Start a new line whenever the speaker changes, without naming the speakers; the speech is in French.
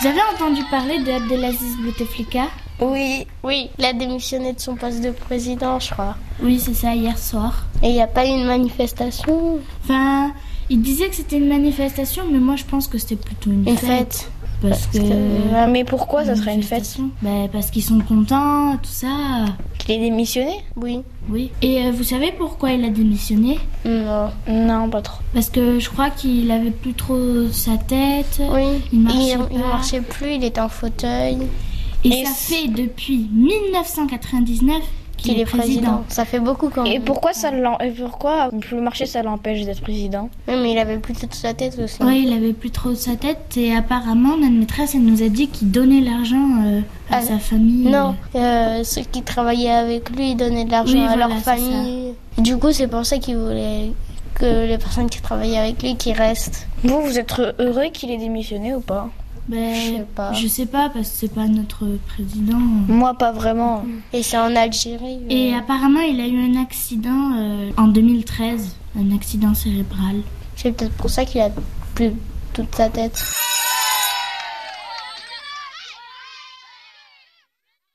Vous avez entendu parler de Abdelaziz Bouteflika
Oui,
Oui, il a démissionné de son poste de président, je crois.
Oui, c'est ça, hier soir.
Et il n'y a pas eu une manifestation
Enfin, il disait que c'était une manifestation, mais moi je pense que c'était plutôt une,
Une fête
Parce que.
Euh, mais pourquoi ça serait une fête
manifestation. Bah, Parce qu'ils sont contents, tout ça.
Qu'il ait démissionné
Oui.
Oui. Et euh, vous savez pourquoi il a démissionné
Non.
Non, pas trop.
Parce que je crois qu'il avait plus trop sa tête.
Oui.
Il marchait
il, il
pas.
marchait plus, il était en fauteuil.
Et,
Et
ça
c-
fait depuis 1999 qu'il
Il
est président.
Ça fait beaucoup quand
Et
même.
pourquoi ça l'en- et pourquoi le marché ça l'empêche d'être président
Oui, mais il avait plus toute sa tête aussi.
Ouais, il avait plus trop sa tête et apparemment notre maîtresse elle nous a dit qu'il donnait l'argent euh, à
Ah,
sa famille.
Non, euh, ceux qui travaillaient avec lui donnaient de l'argent
Oui,
à
voilà,
leur
c'est ça.
famille. Du coup, c'est pour ça qu'il voulait que les personnes qui travaillaient avec lui qui restent.
Vous, vous êtes heureux qu'il ait démissionné ou pas
Ben,
Je sais pas.
Je sais pas parce que c'est pas notre président.
Moi, pas vraiment.
Et c'est en Algérie.
Et
euh,
apparemment il a eu un accident euh, en 2013, un accident cérébral.
c'est peut-être pour ça qu'il a plus toute sa tête.